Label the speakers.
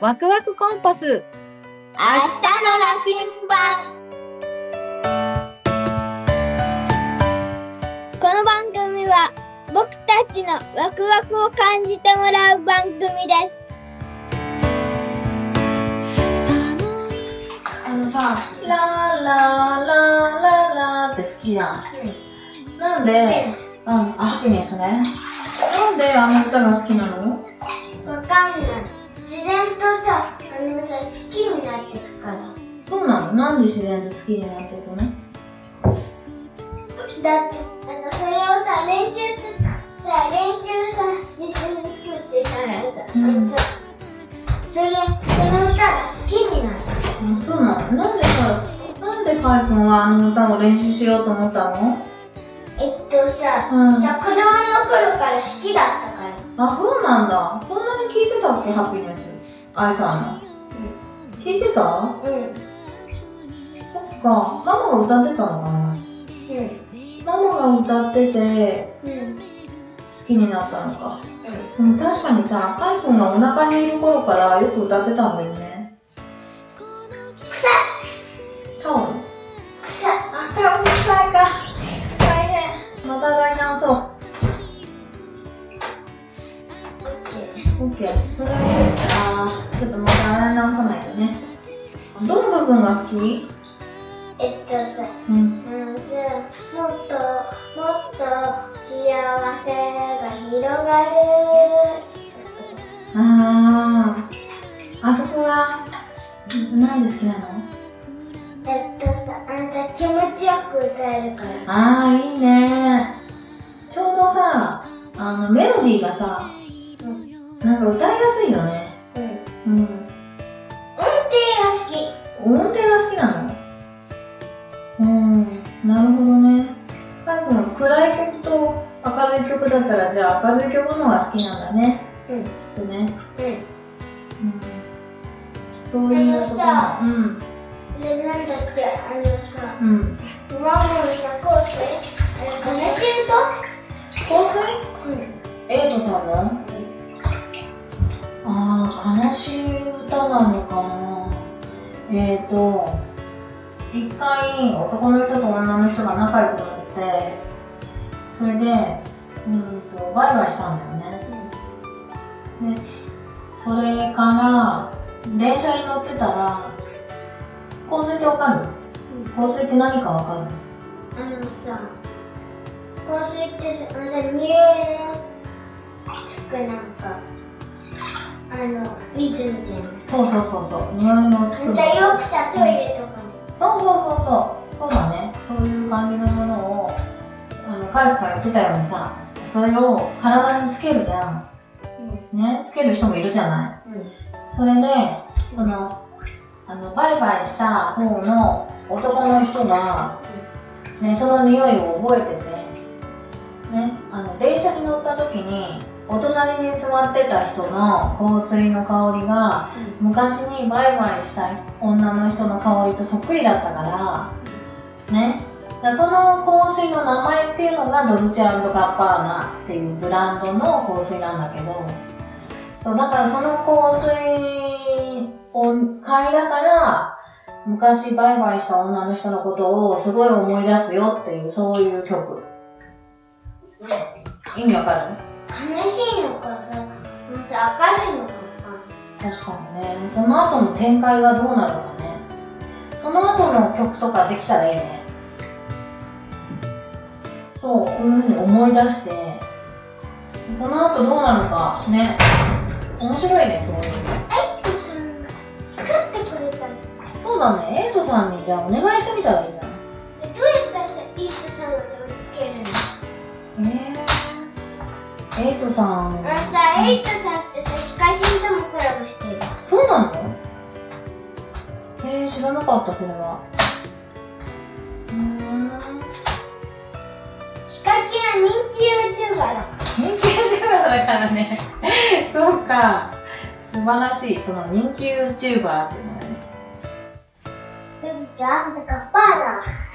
Speaker 1: ワクワクコンパス
Speaker 2: 明日の羅針盤この番組は僕たちのワクワクを感じてもらう番組です
Speaker 3: あのさ、ラーラーラーラーラーって好きじゃん。なんで、うん、あ、ハピネスね。なんであの歌が好きなの
Speaker 2: わかんない自然とさあのさ好きになってくから
Speaker 3: そうなのなんで自然と好きになっていくの
Speaker 2: だってあのそれをさ練習すさ練習さ進んでくってたらさ、
Speaker 3: うん
Speaker 2: それその歌が好きになる
Speaker 3: あそうなのなんでさ、なんでカイ君はあの歌を練習しようと思ったの
Speaker 2: えっとさ、
Speaker 3: うん
Speaker 2: じゃあ子供の頃から好きだったから
Speaker 3: あ、そうなんだ。そんなに聞いてたっけハピネス。アイさんの。聞いてたそ
Speaker 2: うんうん
Speaker 3: っか。ママが歌ってたのかなママが歌ってて、
Speaker 2: うん
Speaker 3: 好きになったのか。でも確かにさ、赤い君がお腹にいる頃からよく歌ってたんだよね。
Speaker 2: 草
Speaker 3: タオル
Speaker 2: 草
Speaker 3: あ、タオル臭いか。大変。また洗い直そう。オッケー。それは、あーちょっとまた洗い直さないとね。どの部分が好き
Speaker 2: えっとさ
Speaker 3: うん。
Speaker 2: うんさもっともっと幸せが広がる
Speaker 3: あー。あそこは、なんで好きなの
Speaker 2: えっとさあなた気持ちよく歌えるから
Speaker 3: あー、いいね。ちょうどさ、あの、メロディーがさ、
Speaker 2: うんうん
Speaker 3: なんか歌いやすいよね。
Speaker 2: 運転
Speaker 3: うん。
Speaker 2: が好き
Speaker 3: 音程が好きなのうん、なるほどね。カイ君は暗い曲と明るい曲だったら、じゃあ明るい曲の方が好きなんだね。
Speaker 2: うん
Speaker 3: きっとね。
Speaker 2: うん
Speaker 3: うん。そういうこと
Speaker 2: でもさ
Speaker 3: だ。うん。
Speaker 2: で、なんだっけ、あのさ、
Speaker 3: うん。
Speaker 2: ママのさ、コース、あの、ガラシ
Speaker 3: 香水
Speaker 2: ュート
Speaker 3: エイトさんのああ、悲しい歌なのかな。えっ、ー、と、一回男の人と女の人が仲良くなって、それで、うんと、バイバイしたんだよね。で、それから、電車に乗ってたら、香水ってわかる香水って何かわかる
Speaker 2: あのさ、香水ってさ、あのさ、匂いのつくなんか、あの、リズムじゃない。
Speaker 3: そうそうそうそう、匂いのつく
Speaker 2: あんたよくさ、トイレとかに。
Speaker 3: そうそうそうそう。そうだね。そういう感じのものを、あの、カイクが言ってたようにさ、それを体につけるじゃん。ね、つける人もいるじゃない。
Speaker 2: うん。うん。
Speaker 3: それで、その、あの、バイバイした方の男の人が、ね、その匂いを覚えてて、ね、あの、電車に乗った時に、お隣に座ってた人の香水の香りが、昔にバイバイした女の人の香りとそっくりだったから、ね。だからその香水の名前っていうのがドルチェガッパーナっていうブランドの香水なんだけど、そう、だからその香水を買いだから、昔バイバイした女の人のことをすごい思い出すよっていう、そういう曲。意味わかる
Speaker 2: 悲しいのかさ、もうさ、明るいのか
Speaker 3: 確かにね。その後の展開がどうなるかね。その後の曲とかできたらいいね。そう、こういうふうに思い出して、その後どうなるかね。面白いね、そういうの。
Speaker 2: な。えっとさんが作ってくれたの。
Speaker 3: そうだね、エイトさんにじゃあお願いしてみたらいいんじゃない
Speaker 2: で、どうやったらさ、イートさんが追いつけるの
Speaker 3: えー、エイトさん
Speaker 2: あのさ、エイトさんってさ、ヒカキンともコラボしてる。
Speaker 3: そうなのえー、知らなかったそれはうーん人
Speaker 2: ヒカキンは人気 YouTuber だから。
Speaker 3: 気 YouTuber だからねそうか素晴らしいその人気 YouTuber っていうのはね
Speaker 2: ベビちゃん、あんたがバーナー。